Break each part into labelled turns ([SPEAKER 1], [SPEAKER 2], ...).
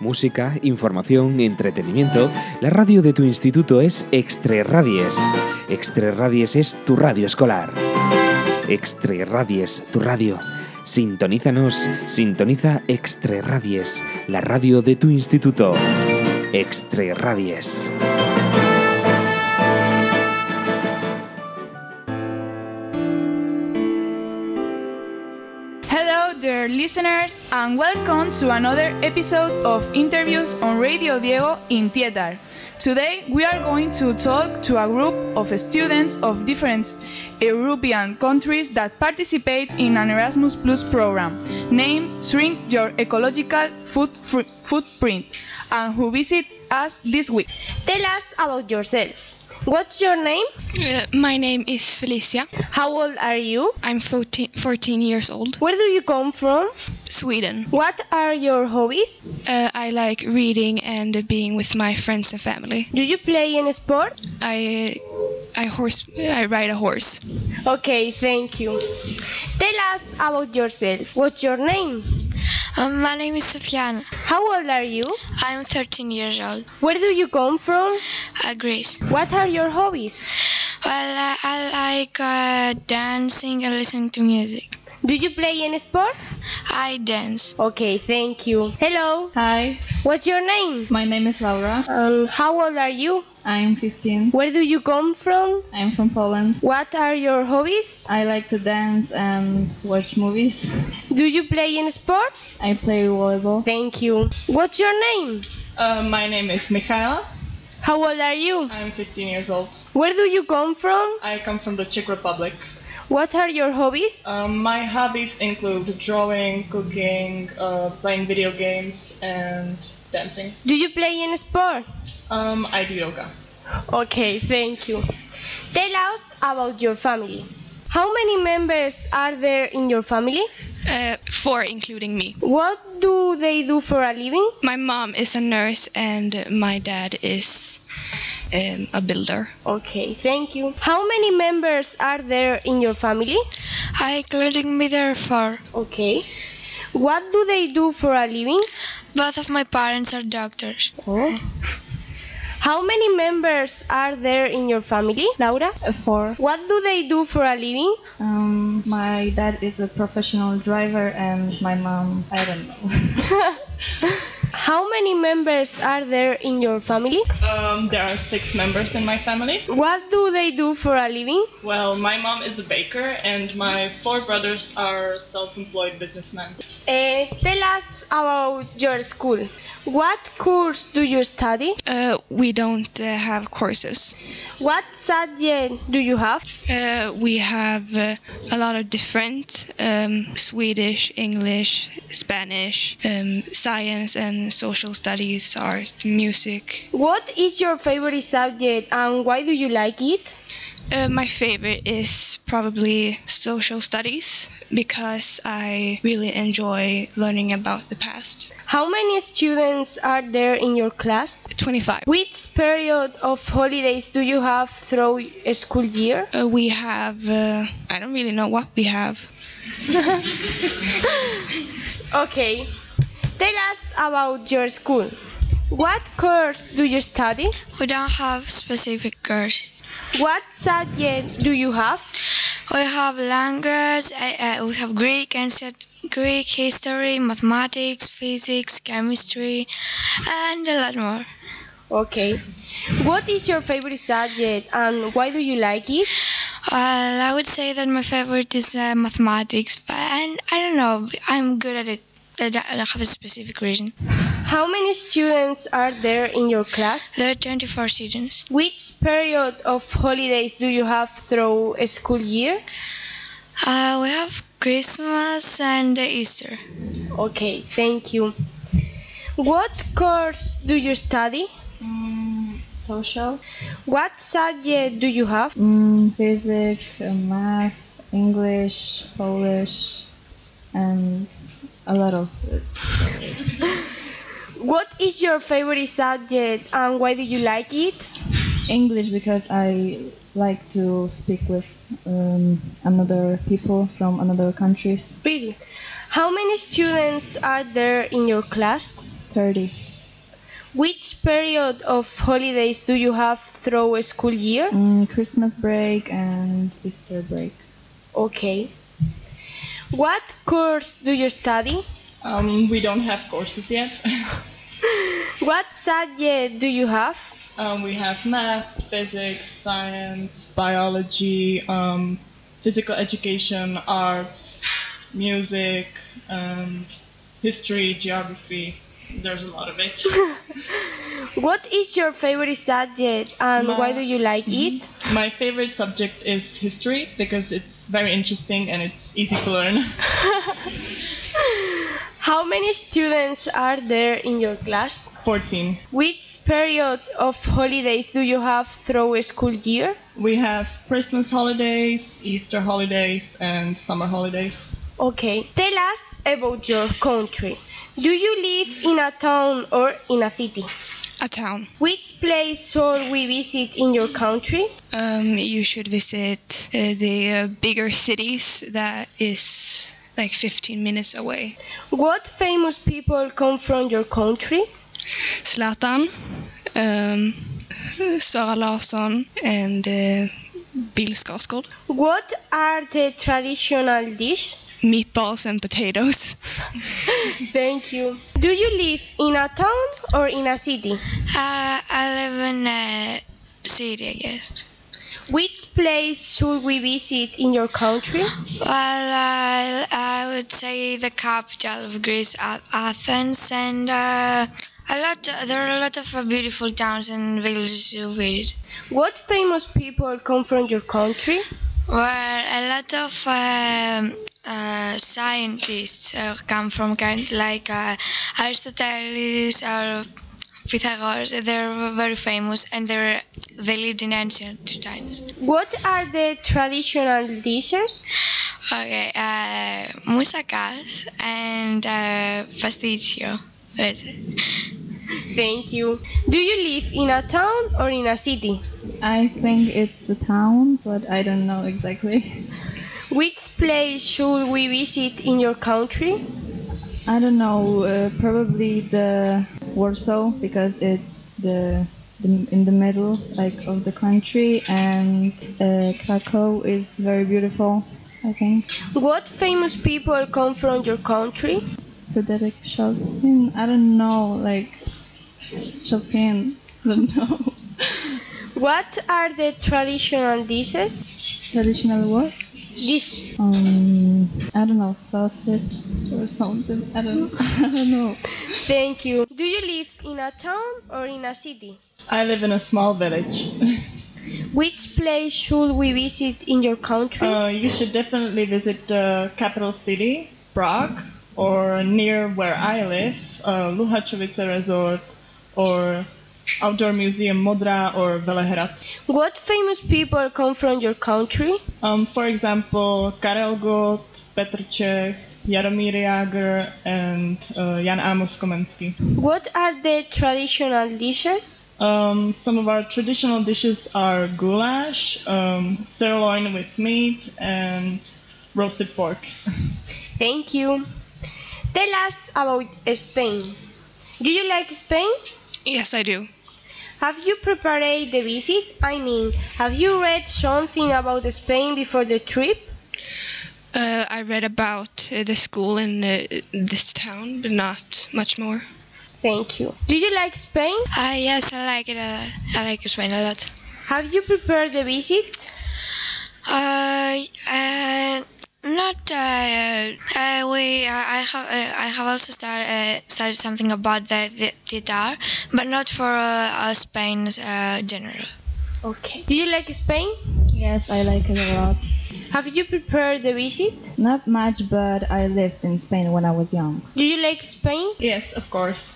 [SPEAKER 1] música, información, entretenimiento. La radio de tu instituto es Extreradies. Extreradies es tu radio escolar. Extreradies, tu radio. Sintonízanos, sintoniza Extreradies, la radio de tu instituto. Extreradies.
[SPEAKER 2] Hello, dear listeners, and welcome to another episode of interviews on Radio Diego in Tietar. Today, we are going to talk to a group of students of different European countries that participate in an Erasmus Plus program named Shrink Your Ecological Foot Footprint and who visit us this week.
[SPEAKER 3] Tell us about yourself. What's your name?
[SPEAKER 4] Uh, my name is Felicia.
[SPEAKER 3] How old are you?
[SPEAKER 4] I'm 14, 14 years old.
[SPEAKER 3] Where do you come from?
[SPEAKER 4] Sweden.
[SPEAKER 3] What are your hobbies?
[SPEAKER 4] Uh, I like reading and being with my friends and family.
[SPEAKER 3] Do you play any sport?
[SPEAKER 4] I I horse I ride a horse.
[SPEAKER 3] Okay, thank you. Tell us about yourself. What's your name?
[SPEAKER 5] Um, my name is Sofian.
[SPEAKER 3] How old are you?
[SPEAKER 5] I'm 13 years old.
[SPEAKER 3] Where do you come from?
[SPEAKER 5] Uh, Greece.
[SPEAKER 3] What are your hobbies?
[SPEAKER 5] Well, I, I like uh, dancing and listening to music.
[SPEAKER 3] Do you play any sport?
[SPEAKER 5] I dance.
[SPEAKER 3] Okay, thank you. Hello.
[SPEAKER 6] Hi,
[SPEAKER 3] What's your name?
[SPEAKER 6] my name is Laura.
[SPEAKER 3] Um, how old are you?
[SPEAKER 6] I'm 15.
[SPEAKER 3] Where do you come from?
[SPEAKER 6] I'm from Poland.
[SPEAKER 3] What are your hobbies?
[SPEAKER 6] I like to dance and watch movies.
[SPEAKER 3] Do you play any sport?
[SPEAKER 6] I play volleyball.
[SPEAKER 3] Thank you. What's your name?
[SPEAKER 7] Uh, my name is Michaela.
[SPEAKER 3] How old are you?
[SPEAKER 7] I'm 15 years old.
[SPEAKER 3] Where do you come from?
[SPEAKER 7] I come from the Czech Republic.
[SPEAKER 3] What are your hobbies?
[SPEAKER 7] Um, my hobbies include drawing, cooking, uh, playing video games, and dancing.
[SPEAKER 3] Do you play any sport?
[SPEAKER 7] Um, I do yoga.
[SPEAKER 3] Okay, thank you. Tell us about your family. How many members are there in your family?
[SPEAKER 4] Uh, four including me.
[SPEAKER 3] What do they do for a living?
[SPEAKER 4] My mom is a nurse and my dad is um, a builder.
[SPEAKER 3] Okay, thank you. How many members are there in your family?
[SPEAKER 5] I including me there for
[SPEAKER 3] Okay. What do they do for a living?
[SPEAKER 5] both of my parents are doctors.
[SPEAKER 3] How many members are there in your family, Laura?
[SPEAKER 6] Uh, Four.
[SPEAKER 3] What do they do for a living?
[SPEAKER 6] Um, my dad is a professional driver and my mom, I don't know.
[SPEAKER 3] How many members are there in your family?
[SPEAKER 7] Um, there are six members in my family.
[SPEAKER 3] What do they do for a living?
[SPEAKER 7] Well, my mom is a baker, and my four brothers are self-employed businessmen.
[SPEAKER 3] Eh, tell us about your school. What course do you study?
[SPEAKER 4] Uh, we don't uh, have courses.
[SPEAKER 3] What subject do you have?
[SPEAKER 4] Uh, we have uh, a lot of different um, Swedish, English, Spanish, um, science, and social studies, art, music.
[SPEAKER 3] What is your favorite subject and why do you like it?
[SPEAKER 4] Uh, my favorite is probably social studies because I really enjoy learning about the past.
[SPEAKER 3] How many students are there in your class?
[SPEAKER 4] 25.
[SPEAKER 3] Which period of holidays do you have through a school year?
[SPEAKER 4] Uh, we have, uh, I don't really know what we have.
[SPEAKER 3] Okay. Tell us about your school. What course do you study?
[SPEAKER 5] We don't have specific course.
[SPEAKER 3] What subject do you have?
[SPEAKER 5] We have language. I, uh, we have Greek and set- Greek history, mathematics, physics, chemistry, and a lot more.
[SPEAKER 3] Okay. What is your favorite subject and why do you like it?
[SPEAKER 5] Well, I would say that my favorite is uh, mathematics, but and I don't know. I'm good at it. I don't I don't have a specific reason.
[SPEAKER 3] How many students are there in your class?
[SPEAKER 5] There are 24 students.
[SPEAKER 3] Which period of holidays do you have through a school year?
[SPEAKER 5] Uh, we have Christmas and Easter.
[SPEAKER 3] Okay, thank you. What course do you study?
[SPEAKER 6] Mm, social?
[SPEAKER 3] What subject do you have?
[SPEAKER 6] Mm, physics, uh, math, English, Polish, and a lot of it.
[SPEAKER 3] What is your favorite subject and why do you like it?
[SPEAKER 6] English because I like to speak with um, another people from another countries.
[SPEAKER 3] Really? How many students are there in your class?
[SPEAKER 6] 30.
[SPEAKER 3] Which period of holidays do you have through a school year?
[SPEAKER 6] Mm, Christmas break and Easter break.
[SPEAKER 3] Okay. What course do you study?
[SPEAKER 7] Um, we don't have courses yet.
[SPEAKER 3] What subject do you have?
[SPEAKER 7] um, we have math, physics, science, biology, um, physical education, arts, music, and history, geography. There's a lot of it.
[SPEAKER 3] What is your favorite subject and
[SPEAKER 7] My-
[SPEAKER 3] why do you like it?
[SPEAKER 7] My favorite subject is history because it's very interesting and it's easy to learn.
[SPEAKER 3] How many students are there in your class?
[SPEAKER 7] 14.
[SPEAKER 3] Which period of holidays do you have through a school year?
[SPEAKER 7] We have Christmas holidays, Easter holidays, and summer holidays.
[SPEAKER 3] Okay. Tell us about your country. Do you live in a town or in a city?
[SPEAKER 4] A town.
[SPEAKER 3] Which place should we visit in your country?
[SPEAKER 4] Um, you should visit uh, the uh, bigger cities that is like 15 minutes away.
[SPEAKER 3] What famous people come from your country?
[SPEAKER 4] Zlatan, um, Sara Larsson, and uh, Bill Skarsgård.
[SPEAKER 3] What are the traditional dish?
[SPEAKER 4] Meatballs and potatoes.
[SPEAKER 3] Thank you. Do you live in a town or in a city?
[SPEAKER 5] Uh, I live in a city, I guess.
[SPEAKER 3] Which place should we visit in your country?
[SPEAKER 5] Well, uh, I would say the capital of Greece, A- Athens, and uh, a lot. there are a lot of uh, beautiful towns and villages to visit.
[SPEAKER 3] What famous people come from your country?
[SPEAKER 5] Well, a lot of um, uh, scientists uh, come from kind like uh, Aristoteles or Pythagoras. They're very famous, and they they lived in ancient times.
[SPEAKER 3] What are the traditional dishes?
[SPEAKER 5] Okay, uh, moussaka and uh, pasticcio. That's it.
[SPEAKER 3] Thank you. Do you live in a town or in a city?
[SPEAKER 6] I think it's a town, but I don't know exactly.
[SPEAKER 3] Which place should we visit in your country?
[SPEAKER 6] I don't know. Uh, probably the Warsaw because it's the, the in the middle like of the country, and uh, Krakow is very beautiful. I think
[SPEAKER 3] What famous people come from your country?
[SPEAKER 6] Frederick Chopin. I don't know. Like Chopin. I don't know.
[SPEAKER 3] What are the traditional dishes?
[SPEAKER 6] Traditional what?
[SPEAKER 3] Dish.
[SPEAKER 6] Um, I don't know, sausage or something. I don't, I don't know.
[SPEAKER 3] Thank you. Do you live in a town or in a city?
[SPEAKER 7] I live in a small village.
[SPEAKER 3] Which place should we visit in your country?
[SPEAKER 7] Uh, you should definitely visit the capital city, Prague, or near where I live, uh, Luhačovice Resort, or outdoor museum Modra or Velehrad.
[SPEAKER 3] What famous people come from your country?
[SPEAKER 7] Um, for example, Karel Gott, Petr Čech, Jaromír Jágr, and uh, Jan Amos Komenský.
[SPEAKER 3] What are the traditional dishes?
[SPEAKER 7] Um, some of our traditional dishes are goulash, um, sirloin with meat, and roasted pork.
[SPEAKER 3] Thank you. Tell us about Spain. Do you like Spain?
[SPEAKER 4] Yes, I do.
[SPEAKER 3] Have you prepared the visit? I mean, have you read something about Spain before the trip?
[SPEAKER 4] Uh, I read about uh, the school in uh, this town, but not much more.
[SPEAKER 3] Thank you. Do you like Spain?
[SPEAKER 5] Uh, yes, I like it. Uh, I like Spain a lot.
[SPEAKER 3] Have you prepared the visit?
[SPEAKER 5] Uh, uh, not. Uh, uh, we. Uh, I have. Uh, I have also started uh, studied something about the, the guitar, but not for uh, uh, Spain uh, general.
[SPEAKER 3] Okay. Do you like Spain?
[SPEAKER 6] Yes, I like it a lot.
[SPEAKER 3] Have you prepared the visit?
[SPEAKER 6] Not much, but I lived in Spain when I was young.
[SPEAKER 3] Do you like Spain?
[SPEAKER 7] Yes, of course.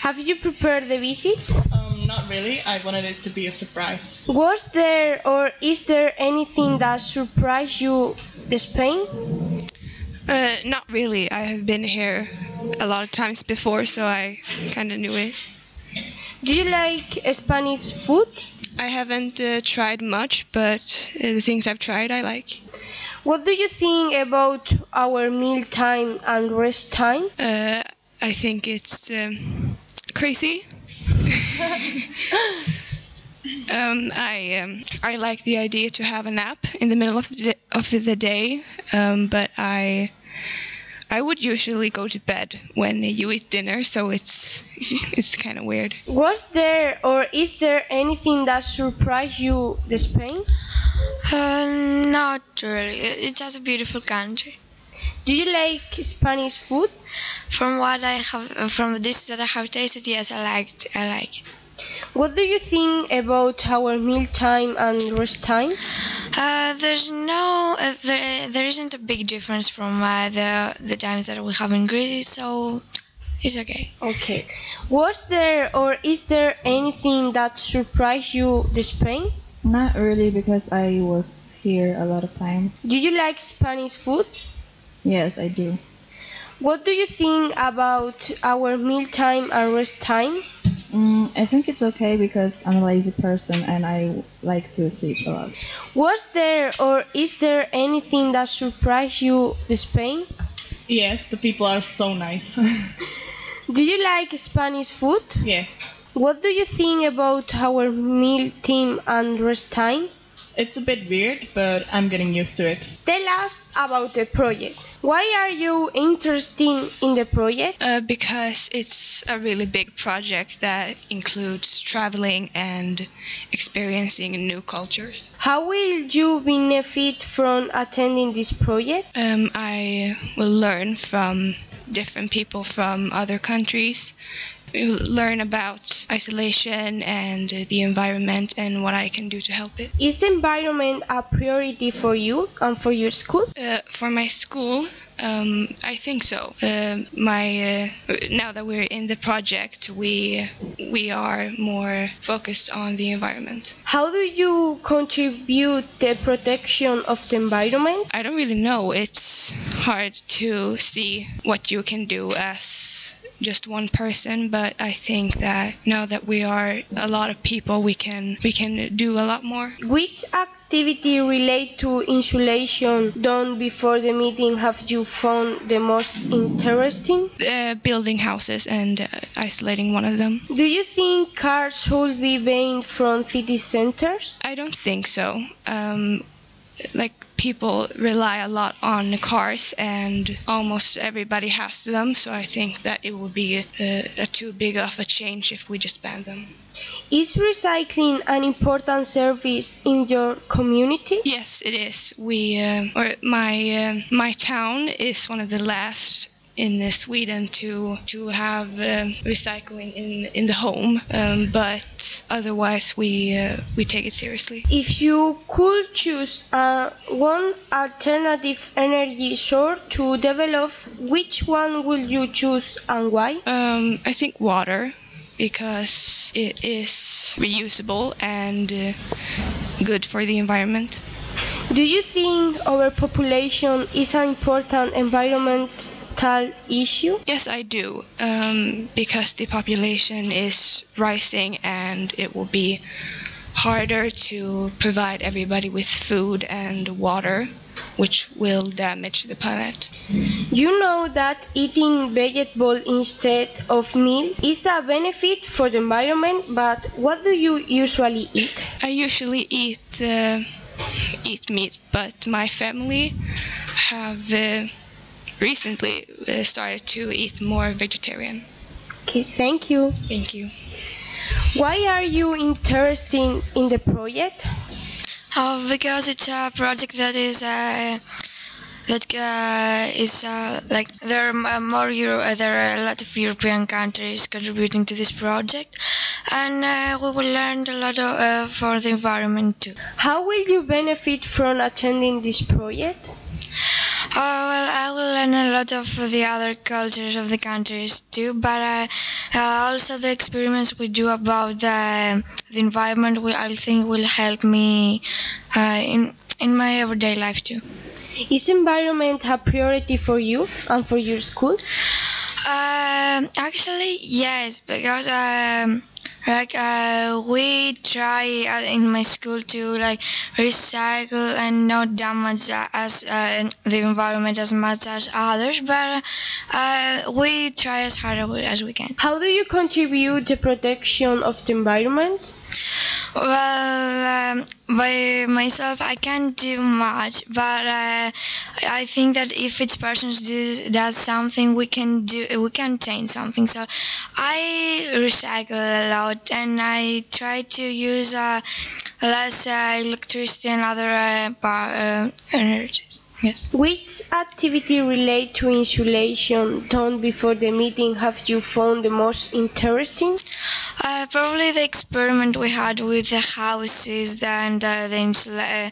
[SPEAKER 3] Have you prepared the visit?
[SPEAKER 7] Um, not really. I wanted it to be a surprise.
[SPEAKER 3] Was there or is there anything that surprised you in Spain?
[SPEAKER 4] Uh, not really. I have been here a lot of times before, so I kind of knew it.
[SPEAKER 3] Do you like Spanish food?
[SPEAKER 4] I haven't uh, tried much, but uh, the things I've tried, I like.
[SPEAKER 3] What do you think about our meal time and rest time?
[SPEAKER 4] Uh, I think it's um, crazy Um, I um, I like the idea to have a nap in the middle of the day, of the day um, but I I would usually go to bed when you eat dinner, so it's it's kind of weird.
[SPEAKER 3] Was there or is there anything that surprised you the Spain?
[SPEAKER 5] Uh, not really. It's just a beautiful country.
[SPEAKER 3] Do you like Spanish food?
[SPEAKER 5] From what I have, uh, from the dishes that I have tasted, yes, I liked. I like it.
[SPEAKER 3] What do you think about our meal time and rest time?
[SPEAKER 5] Uh, there's no, uh, there, there isn't a big difference from uh, the the times that we have in Greece, so it's okay.
[SPEAKER 3] Okay. Was there or is there anything that surprised you the Spain?
[SPEAKER 6] Not really because I was here a lot of time.
[SPEAKER 3] Do you like Spanish food?
[SPEAKER 6] Yes, I do.
[SPEAKER 3] What do you think about our meal time and rest time?
[SPEAKER 6] Mm, I think it's okay because I'm a lazy person and I like to sleep a lot.
[SPEAKER 3] Was there or is there anything that surprised you the Spain?
[SPEAKER 7] Yes, the people are so nice.
[SPEAKER 3] Do you like Spanish food?
[SPEAKER 7] yes.
[SPEAKER 3] What do you think about our meal time and rest time?
[SPEAKER 7] It's a bit weird, but I'm getting used to it.
[SPEAKER 3] Tell us about the project. Why are you interested in the project?
[SPEAKER 4] Uh, because it's a really big project that includes traveling and experiencing new cultures.
[SPEAKER 3] How will you benefit from attending this project?
[SPEAKER 4] Um, I will learn from different people from other countries. We will learn about isolation and the environment and what I can do to help it.
[SPEAKER 3] Is the environment a priority for you and for your school?
[SPEAKER 4] Uh, for my school, um, I think so. Um my uh, now that we're in the project, we we are more focused on the environment.
[SPEAKER 3] How do you contribute the protection of the environment?
[SPEAKER 4] I don't really know. It's hard to see what you can do as just one person, but I think that now that we are a lot of people, we can we can do a lot more.
[SPEAKER 3] Which activity relate to insulation done before the meeting have you found the most interesting?
[SPEAKER 4] Uh, building houses and uh, isolating one of them.
[SPEAKER 3] Do you think cars should be banned from city centers?
[SPEAKER 4] I don't think so. Um, like people rely a lot on the cars, and almost everybody has them. So I think that it would be a, a too big of a change if we just ban them.
[SPEAKER 3] Is recycling an important service in your community?
[SPEAKER 4] Yes, it is. We um or my um my town is one of the last in uh, Sweden to to have um recycling in in the home, um, but otherwise we uh, we take it seriously.
[SPEAKER 3] If you could choose uh, one alternative energy source to develop, which one would you choose and why?
[SPEAKER 4] Um, I think water because it is reusable and uh, good for the environment.
[SPEAKER 3] Do you think overpopulation is an important environmental issue?
[SPEAKER 4] Yes, I do, um, because the population is rising and it will be harder to provide everybody with food and water, which will damage the planet.
[SPEAKER 3] You know that eating vegetable instead of meat is a benefit for the environment, but what do you usually eat?
[SPEAKER 4] I usually eat uh, eat meat, but my family have uh, recently uh, started to eat more vegetarian.
[SPEAKER 3] Okay, thank you.
[SPEAKER 4] Thank you.
[SPEAKER 3] Why are you interested in the project?
[SPEAKER 5] Uh, because it's a project that is uh, that uh, is uh, like there are m- more Euro- uh, there are a lot of European countries contributing to this project, and uh, we will learn a lot of, uh, for the environment too.
[SPEAKER 3] How will you benefit from attending this project?
[SPEAKER 5] Oh, well, I will learn a lot of the other cultures of the countries too, but uh, uh, also the experiments we do about the, the environment, will, I think, will help me uh, in in my everyday life too.
[SPEAKER 3] Is environment a priority for you and for your school?
[SPEAKER 5] Um, actually, yes, because um, Like uh, we try uh, in my school to like recycle and not damage uh, as uh, the environment as much as others, but uh, we try as hard as we can.
[SPEAKER 3] How do you contribute to protection of the environment?
[SPEAKER 5] Well, um, by myself, I can't do much, but uh, I think that if each person does, does something, we can do, we can change something. So, I recycle a lot, and I try to use uh, less uh, electricity and other uh, power uh, energies. Yes.
[SPEAKER 3] Which activity relate to insulation done before the meeting have you found the most interesting?
[SPEAKER 5] Uh, probably the experiment we had with the houses and uh, the insula- uh,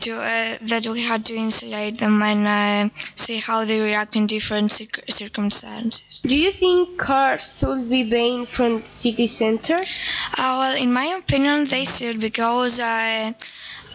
[SPEAKER 5] to, uh, that we had to insulate them and uh, see how they react in different circ- circumstances.
[SPEAKER 3] Do you think cars should be banned from city centers?
[SPEAKER 5] Uh, well, in my opinion, they should because uh,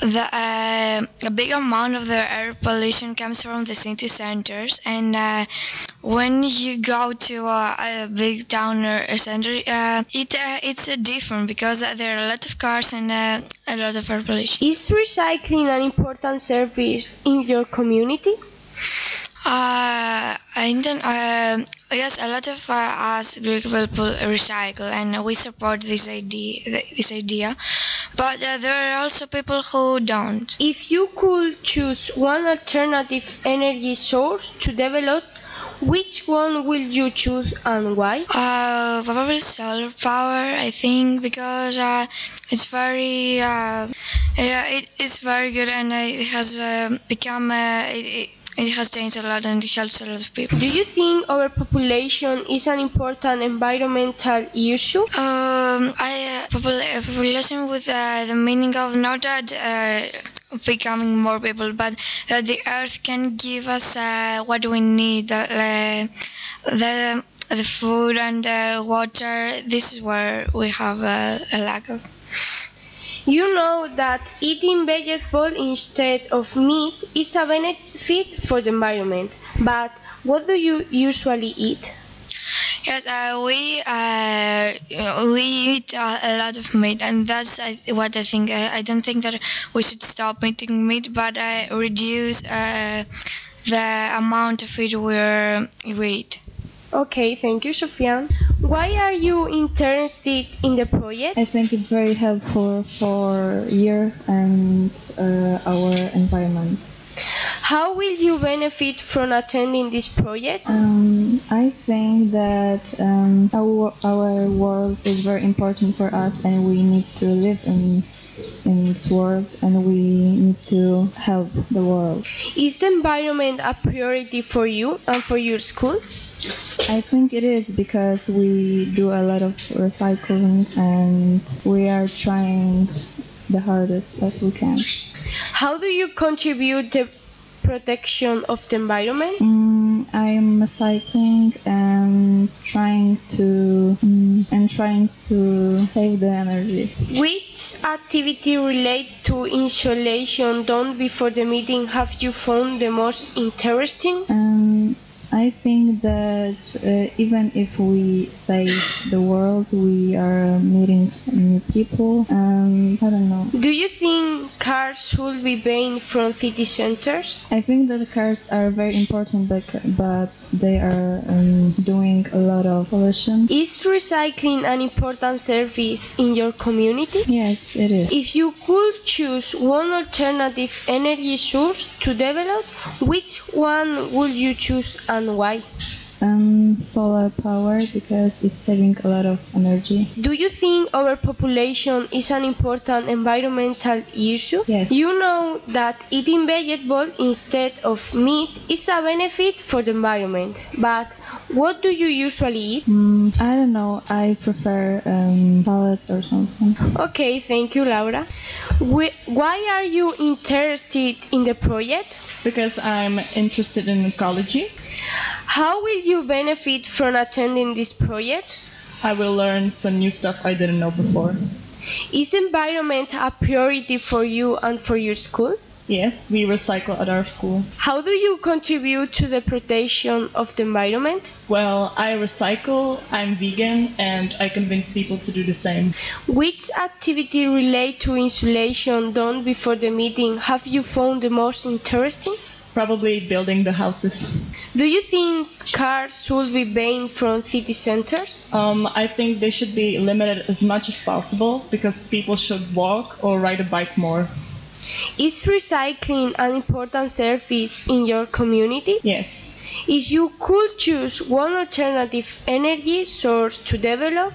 [SPEAKER 5] the uh, a big amount of the air pollution comes from the city centers, and uh, when you go to a, a big town or a center, uh, it uh, it's uh, different because uh, there are a lot of cars and uh, a lot of air pollution.
[SPEAKER 3] Is recycling an important service in your community?
[SPEAKER 5] Uh, I don't. Uh, yes, a lot of uh, us Greek people recycle, and we support this idea. This idea, but uh, there are also people who don't.
[SPEAKER 3] If you could choose one alternative energy source to develop, which one will you choose and why?
[SPEAKER 5] Uh, probably solar power, I think, because uh, it's very, uh, yeah, it is very good and uh, it has uh, become, uh, it, it, it has changed a lot and it helps a lot of people.
[SPEAKER 3] Do you think overpopulation is an important environmental issue?
[SPEAKER 5] Um, I uh, popula- uh, population with uh, the meaning of not that uh, becoming more people, but that the earth can give us uh, what we need, uh, uh, the the food and the water. This is where we have uh, a lack of.
[SPEAKER 3] You know that eating vegetables instead of meat is a benefit for the environment, but what do you usually eat?
[SPEAKER 5] Yes, uh, we uh, we eat uh, a lot of meat, and that's uh, what I think. I, I don't think that we should stop eating meat, but uh, reduce uh, the amount of it we're, we eat.
[SPEAKER 3] Okay, thank you, Sofian. Why are you interested in the project?
[SPEAKER 6] I think it's very helpful for year and uh, our environment.
[SPEAKER 3] How will you benefit from attending this project?
[SPEAKER 6] Um, I think that um, our our world is very important for us, and we need to live in in this world, and we need to help the world.
[SPEAKER 3] Is the environment a priority for you and for your school?
[SPEAKER 6] I think it is because we do a lot of recycling, and we are trying the hardest as we can.
[SPEAKER 3] How do you contribute to protection of the environment?
[SPEAKER 6] Mm, I'm recycling and trying to mm, and trying to save the energy.
[SPEAKER 3] Which activity relate to insulation done before the meeting have you found the most interesting?
[SPEAKER 6] Um, I think that uh, even if we save the world, we are meeting new people. Um, I don't know.
[SPEAKER 3] Do you think cars should be banned from city centers?
[SPEAKER 6] I think that cars are very important, but, but they are um, doing a lot of pollution.
[SPEAKER 3] Is recycling an important service in your community?
[SPEAKER 6] Yes, it is.
[SPEAKER 3] If you could choose one alternative energy source to develop, which one would you choose and why?
[SPEAKER 6] Um, solar power because it's saving a lot of energy.
[SPEAKER 3] Do you think overpopulation is an important environmental issue?
[SPEAKER 6] Yes.
[SPEAKER 3] You know that eating vegetables instead of meat is a benefit for the environment, but what do you usually eat?
[SPEAKER 6] Mm, I don't know. I prefer um, salad or something.
[SPEAKER 3] Okay, thank you, Laura. Wh- Why are you interested in the project?
[SPEAKER 7] because I'm interested in ecology.
[SPEAKER 3] How will you benefit from attending this project?
[SPEAKER 7] I will learn some new stuff I didn't know before.
[SPEAKER 3] Is environment a priority for you and for your school?
[SPEAKER 7] Yes, we recycle at our school.
[SPEAKER 3] How do you contribute to the protection of the environment?
[SPEAKER 7] Well, I recycle, I'm vegan, and I convince people to do the same.
[SPEAKER 3] Which activity related to insulation done before the meeting have you found the most interesting?
[SPEAKER 7] Probably building the houses.
[SPEAKER 3] Do you think cars should be banned from city centers?
[SPEAKER 7] Um, I think they should be limited as much as possible because people should walk or ride a bike more.
[SPEAKER 3] Is recycling an important service in your community?
[SPEAKER 7] Yes.
[SPEAKER 3] If you could choose one alternative energy source to develop,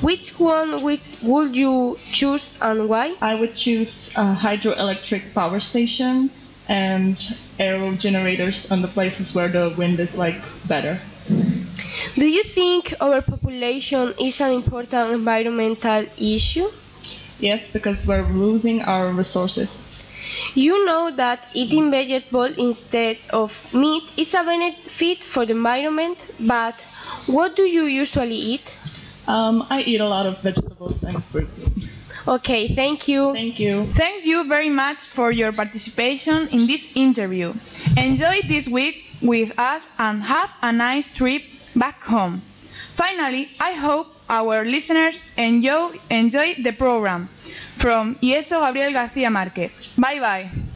[SPEAKER 3] which one would, would you choose and why?
[SPEAKER 7] I would choose uh, hydroelectric power stations and aero generators on the places where the wind is like better.
[SPEAKER 3] Do you think overpopulation is an important environmental issue?
[SPEAKER 7] Yes, because we're losing our resources.
[SPEAKER 3] You know that eating vegetables instead of meat is a benefit for the environment, but what do you usually eat?
[SPEAKER 7] Um, I eat a lot of vegetables and fruits.
[SPEAKER 3] Okay, thank you.
[SPEAKER 7] Thank you.
[SPEAKER 2] Thanks you very much for your participation in this interview. Enjoy this week with us and have a nice trip back home. Finally, I hope our listeners enjoy, enjoy the program. From Yeso Gabriel García Márquez. Bye bye.